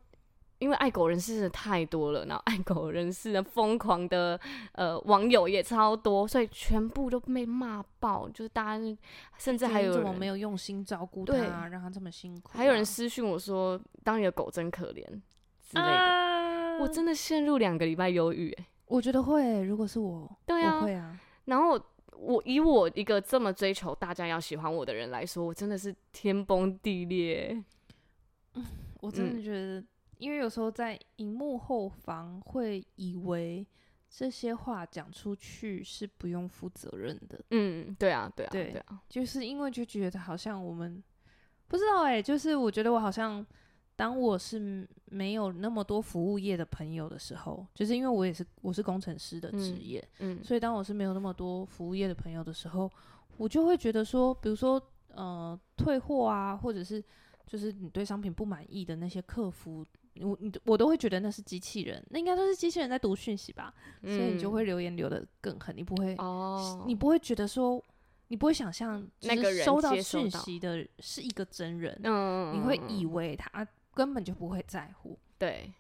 Speaker 1: 因为爱狗人士真的太多了，然后爱狗人士的疯狂的呃网友也超多，所以全部都被骂爆，就是大家甚至
Speaker 2: 这
Speaker 1: 还有
Speaker 2: 怎
Speaker 1: 人
Speaker 2: 么没有用心照顾
Speaker 1: 对
Speaker 2: 他，让他这么辛苦啊、
Speaker 1: 还有人私讯我说当你的狗真可怜之类的，
Speaker 2: 啊
Speaker 1: 我真的陷入两个礼拜忧郁、欸，
Speaker 2: 我觉得会，如果是我，
Speaker 1: 对啊
Speaker 2: 我会啊，
Speaker 1: 然后我以我一个这么追求大家要喜欢我的人来说，我真的是天崩地裂欸、
Speaker 2: 我真的觉得，因为有时候在荧幕后方会以为这些话讲出去是不用负责任的。
Speaker 1: 嗯，对啊，对啊，
Speaker 2: 对
Speaker 1: 对啊，
Speaker 2: 就是因为就觉得好像我们不知道哎、就是我觉得我好像当我是没有那么多服务业的朋友的时候，就是因为我也是我是工程师的职
Speaker 1: 嗯
Speaker 2: 业，
Speaker 1: 嗯
Speaker 2: 所以当我是没有那么多服务业的朋友的时候，我就会觉得说，比如说呃退货啊，或者是就是你对商品不满意的那些客服。我你我都会觉得那是机器人，那应该都是机器人在读讯息吧，
Speaker 1: 嗯，
Speaker 2: 所以你就会留言留的更狠，你不会
Speaker 1: 哦，
Speaker 2: 你不会觉得说，你不会想象
Speaker 1: 那
Speaker 2: 就是
Speaker 1: 个人
Speaker 2: 收到
Speaker 1: 接收
Speaker 2: 讯
Speaker 1: 到
Speaker 2: 息的是一个真人，
Speaker 1: 嗯，
Speaker 2: 你会
Speaker 1: 嗯
Speaker 2: 以
Speaker 1: 嗯
Speaker 2: 为他啊根本就不会在乎，
Speaker 1: 对，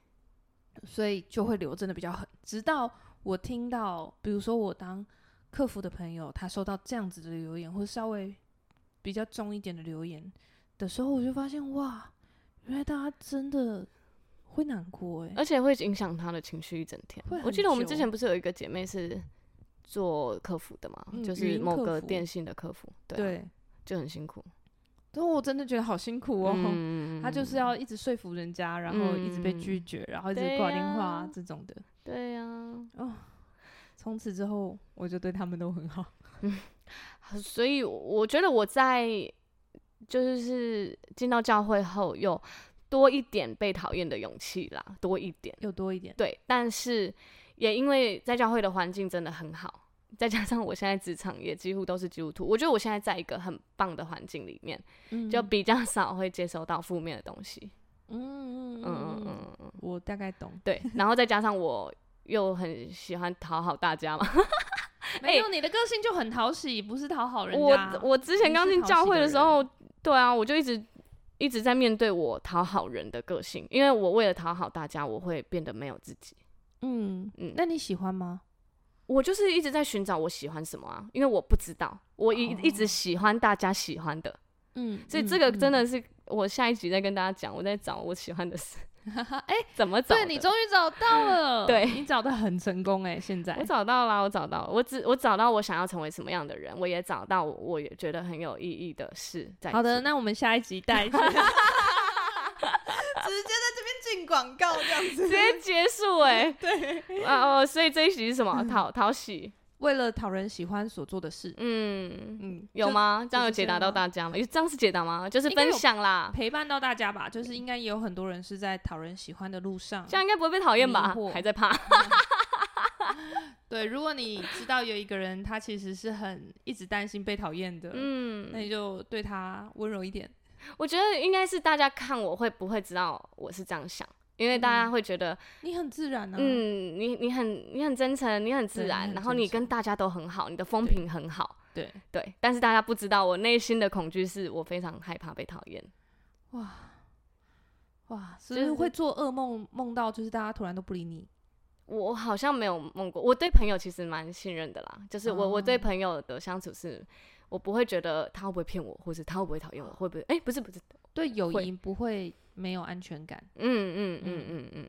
Speaker 2: 所以就会留真的比较狠。直到我听到，比如说我当客服的朋友，他收到这样子的留言，或者稍微比较重一点的留言的时候，我就发现哇，原来大家真的会难过哎、
Speaker 1: 而且会影响她的情绪一整天
Speaker 2: 会。
Speaker 1: 我
Speaker 2: 很
Speaker 1: 记得我们
Speaker 2: 久
Speaker 1: 之前不是有一个姐妹是做客服的嘛，
Speaker 2: 嗯
Speaker 1: 就
Speaker 2: 语
Speaker 1: 是
Speaker 2: 音
Speaker 1: 某
Speaker 2: 客
Speaker 1: 个
Speaker 2: 服
Speaker 1: 电信的客服，对啊、
Speaker 2: 对，
Speaker 1: 就很辛苦。
Speaker 2: 但我真的觉得好辛苦哦。
Speaker 1: 嗯
Speaker 2: 他就是要一直说服人家，然后一直被拒绝，然后一直
Speaker 1: 对啊
Speaker 2: 挂电话、
Speaker 1: 呀
Speaker 2: 这种的。
Speaker 1: 对啊呀、
Speaker 2: 哦，从此之后我就对他们都很好。
Speaker 1: 所以我觉得我在就是进到教会后，有多一点被讨厌的勇气啦，多一点。
Speaker 2: 又多一点，
Speaker 1: 对，但是也因为在教会的环境真的很好，再加上我现在职场也几乎都是基督徒，我觉得我现在在一个很棒的环境里面，
Speaker 2: 嗯
Speaker 1: 就比较少会接收到负面的东西。
Speaker 2: 嗯嗯
Speaker 1: 嗯
Speaker 2: 嗯
Speaker 1: 嗯
Speaker 2: 嗯，
Speaker 1: 嗯嗯，
Speaker 2: 我大概懂。
Speaker 1: 对。然后再加上我又很喜欢讨好大家嘛，
Speaker 2: 没有，你的个性就很讨喜，不是讨好人家
Speaker 1: 哎我。我之前
Speaker 2: 你
Speaker 1: 刚
Speaker 2: 是
Speaker 1: 进
Speaker 2: 讨
Speaker 1: 教
Speaker 2: 喜
Speaker 1: 会
Speaker 2: 的
Speaker 1: 的时候，对啊，我就一直一直在面对我讨好人的个性，因为我为了讨好大家，我会变得没有自己。
Speaker 2: 嗯嗯
Speaker 1: 嗯，
Speaker 2: 那你喜欢吗？
Speaker 1: 我就是一直在寻找我喜欢什么啊，因为我不知道，我一、一直喜欢大家喜欢的，
Speaker 2: 嗯，
Speaker 1: 所以
Speaker 2: 哦嗯
Speaker 1: 这个真。
Speaker 2: 嗯
Speaker 1: 的是我下一集再跟大家讲，我在找我喜欢的 事，哎、怎么找的？
Speaker 2: 对你终于找到 了，
Speaker 1: 对
Speaker 2: 你找的很成功哎、现在
Speaker 1: 我找到啦，我找到，我只我找到我想要成为什么样的人，我也找到我我也觉得很有意义的事在做。
Speaker 2: 好的，那我们下一 集带去，
Speaker 3: 直接在这边进广告这样
Speaker 1: 直
Speaker 3: 子。
Speaker 1: 接结束哎、对啊哦，所以这一集是什 么？讨讨喜，
Speaker 2: 为了讨人喜欢所做的事，
Speaker 1: 嗯，
Speaker 2: 嗯，
Speaker 1: 有
Speaker 2: 就
Speaker 1: 吗？这样
Speaker 2: 就
Speaker 1: 有
Speaker 2: 是这
Speaker 1: 解答
Speaker 2: 样
Speaker 1: 到
Speaker 2: 吗
Speaker 1: 大家吗？有这样是解答吗？就是
Speaker 2: 应该
Speaker 1: 分
Speaker 2: 有
Speaker 1: 享啦，
Speaker 2: 陪伴到大家吧，就是应该也有很多人是在讨人喜欢的路上
Speaker 1: 这。样应该不会被讨厌吧
Speaker 2: 迷惑？
Speaker 1: 还在怕？
Speaker 2: 对，如果你知道有一个人他其实是很一直担心被讨厌的，那
Speaker 1: 嗯，
Speaker 2: 你就对他温柔一点。
Speaker 1: 我觉得应该是大家看我会不会知道我是这样想，因为大家
Speaker 2: 嗯
Speaker 1: 会觉得，
Speaker 2: 你很自然啊，
Speaker 1: 嗯，你你很你很真诚，你很
Speaker 2: 对
Speaker 1: 自
Speaker 2: 你
Speaker 1: 然，
Speaker 2: 很
Speaker 1: 然后
Speaker 2: 真
Speaker 1: 你
Speaker 2: 诚
Speaker 1: 跟大家都很好，你的风
Speaker 2: 对
Speaker 1: 评很好，
Speaker 2: 对，
Speaker 1: 对。但是大家不知道我内心的恐惧是我非常害怕被讨厌，
Speaker 2: 哇哇，就
Speaker 1: 就是是
Speaker 2: 会做噩梦，梦到就是大家突然都不理你。
Speaker 1: 我好像没有梦过，我对朋友其实蛮信任的啦，就是我、我对
Speaker 2: 哦
Speaker 1: 朋友的相处是，我不会觉得他会不会骗我，或者他会不会讨厌我，会不会哎、不是不是，
Speaker 2: 对友
Speaker 1: 会
Speaker 2: 谊不会没有安全感，
Speaker 1: 嗯嗯嗯嗯嗯，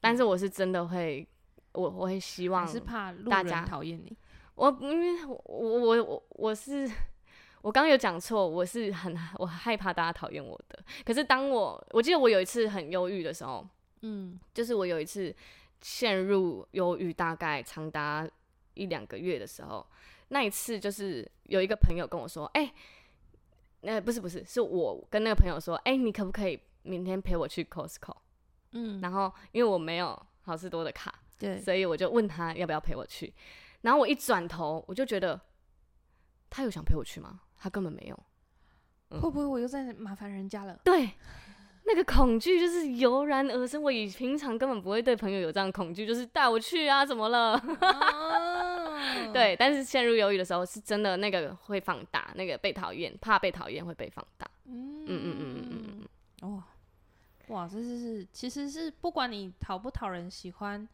Speaker 1: 但是我是真的会，我我会希
Speaker 2: 还
Speaker 1: 望
Speaker 2: 是怕路
Speaker 1: 大
Speaker 2: 人
Speaker 1: 家
Speaker 2: 讨厌你。
Speaker 1: 我因为我我我我是。我刚刚有讲错，我是很我害怕大家讨厌我的。可是当我我记得我有一次很忧郁的时候，
Speaker 2: 嗯，
Speaker 1: 就是我有一次陷入忧郁，大概长达一两个月的时候，那一次就是有一个朋友跟我说：“哎、那、不是不是，是我跟那个朋友说，哎、你可不可以明天陪我去 Costco？”
Speaker 2: 嗯，
Speaker 1: 然后因为我没有好事多的卡，
Speaker 2: 对，
Speaker 1: 所以我就问他要不要陪我去。然后我一转头，我就觉得他有想陪我去吗？他根本没有。嗯
Speaker 2: 会不会我又在麻烦人家了？
Speaker 1: 对， 那个恐惧就是油然而生。我以平常根本不会对朋友有这样的恐惧，就是带我去啊，怎么了？
Speaker 2: 哦
Speaker 1: 对，但是陷入犹豫的时候，是真的那个会放大，那个被讨厌，怕被讨厌会被放大。
Speaker 2: 嗯
Speaker 1: 嗯嗯嗯嗯嗯，
Speaker 2: 哦，哇，这是其实是不管你讨不讨人喜欢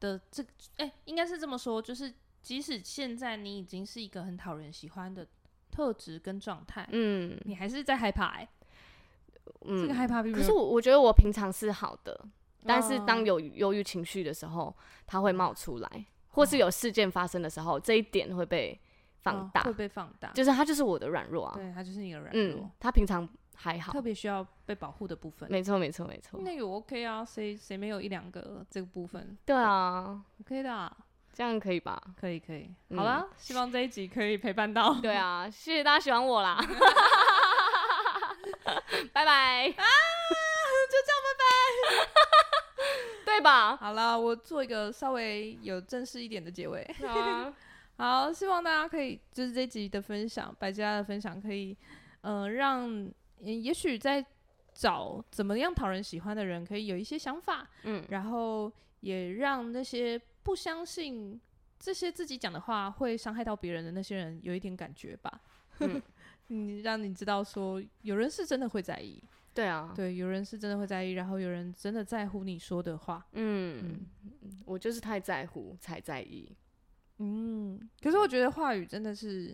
Speaker 2: 的这个，哎、应该是这么说，就是即使现在你已经是一个很讨人喜欢的特质跟状态，
Speaker 1: 嗯
Speaker 2: 你还是在害怕、哎、
Speaker 1: 嗯
Speaker 2: 这个害怕并没
Speaker 1: 可
Speaker 2: 有，
Speaker 1: 是我我觉得我平常是好的，但是当
Speaker 2: 哦
Speaker 1: 有忧郁情绪的时候，它会冒出来，或是有事件发生的时候，这一点会被放
Speaker 2: 哦
Speaker 1: 大，
Speaker 2: 会被放大，
Speaker 1: 就是它就是我的软弱啊。
Speaker 2: 对，它就是你的软弱
Speaker 1: 嗯，，他平常还好
Speaker 2: 特，别需要被保护的部分。
Speaker 1: 没错没错没错。
Speaker 2: 那有 OK 啊，谁谁没有一两个这个部分
Speaker 1: 对啊，
Speaker 2: OK 的啊、
Speaker 1: 这样可以吧？
Speaker 2: 可以可以，
Speaker 1: 嗯
Speaker 2: 好啦，希望这一集可以陪伴到。
Speaker 1: 对啊，谢谢大家喜欢我啦，拜 拜啊，就这样拜拜， 对 吧？
Speaker 2: 好了，我做一个稍微有正式一点的结尾。
Speaker 1: 好啊，
Speaker 2: 好，希望大家可以就是这集的分享，百家的分享可以，嗯、让嗯也许在找怎么样讨人喜欢的人，可以有一些想法，
Speaker 1: 嗯，
Speaker 2: 然后也让那些不相信这些自己讲的话会伤害到别人的那些人有一点感觉吧。
Speaker 1: 嗯
Speaker 2: 你让你知道说，有人是真的会在意，
Speaker 1: 对啊，
Speaker 2: 对，有人是真的会在意，然后有人真的在乎你说的话，
Speaker 1: 嗯，我就是太在乎才在意，
Speaker 2: 嗯，可是我觉得话语真的是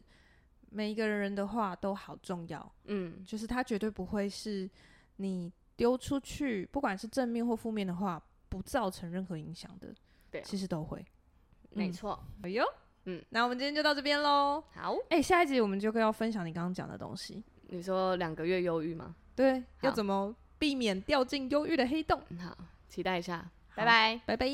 Speaker 2: 每一个人的话都好重要，
Speaker 1: 嗯
Speaker 2: 就是它绝对不会是你丢出去，不管是正面或负面的话，不造成任何影响的，
Speaker 1: 对啊
Speaker 2: 其实都会。
Speaker 1: 没错，
Speaker 2: 哎呦，
Speaker 1: 嗯，
Speaker 2: 那我们今天就到这边喽。
Speaker 1: 好，
Speaker 2: 哎、下一集我们就要分享你刚刚讲的东西，
Speaker 1: 你说两个月忧郁吗？
Speaker 2: 对，要
Speaker 1: 好
Speaker 2: 怎么避免掉进忧郁的黑洞？
Speaker 1: 嗯好，期待一下，拜拜。
Speaker 2: 拜拜。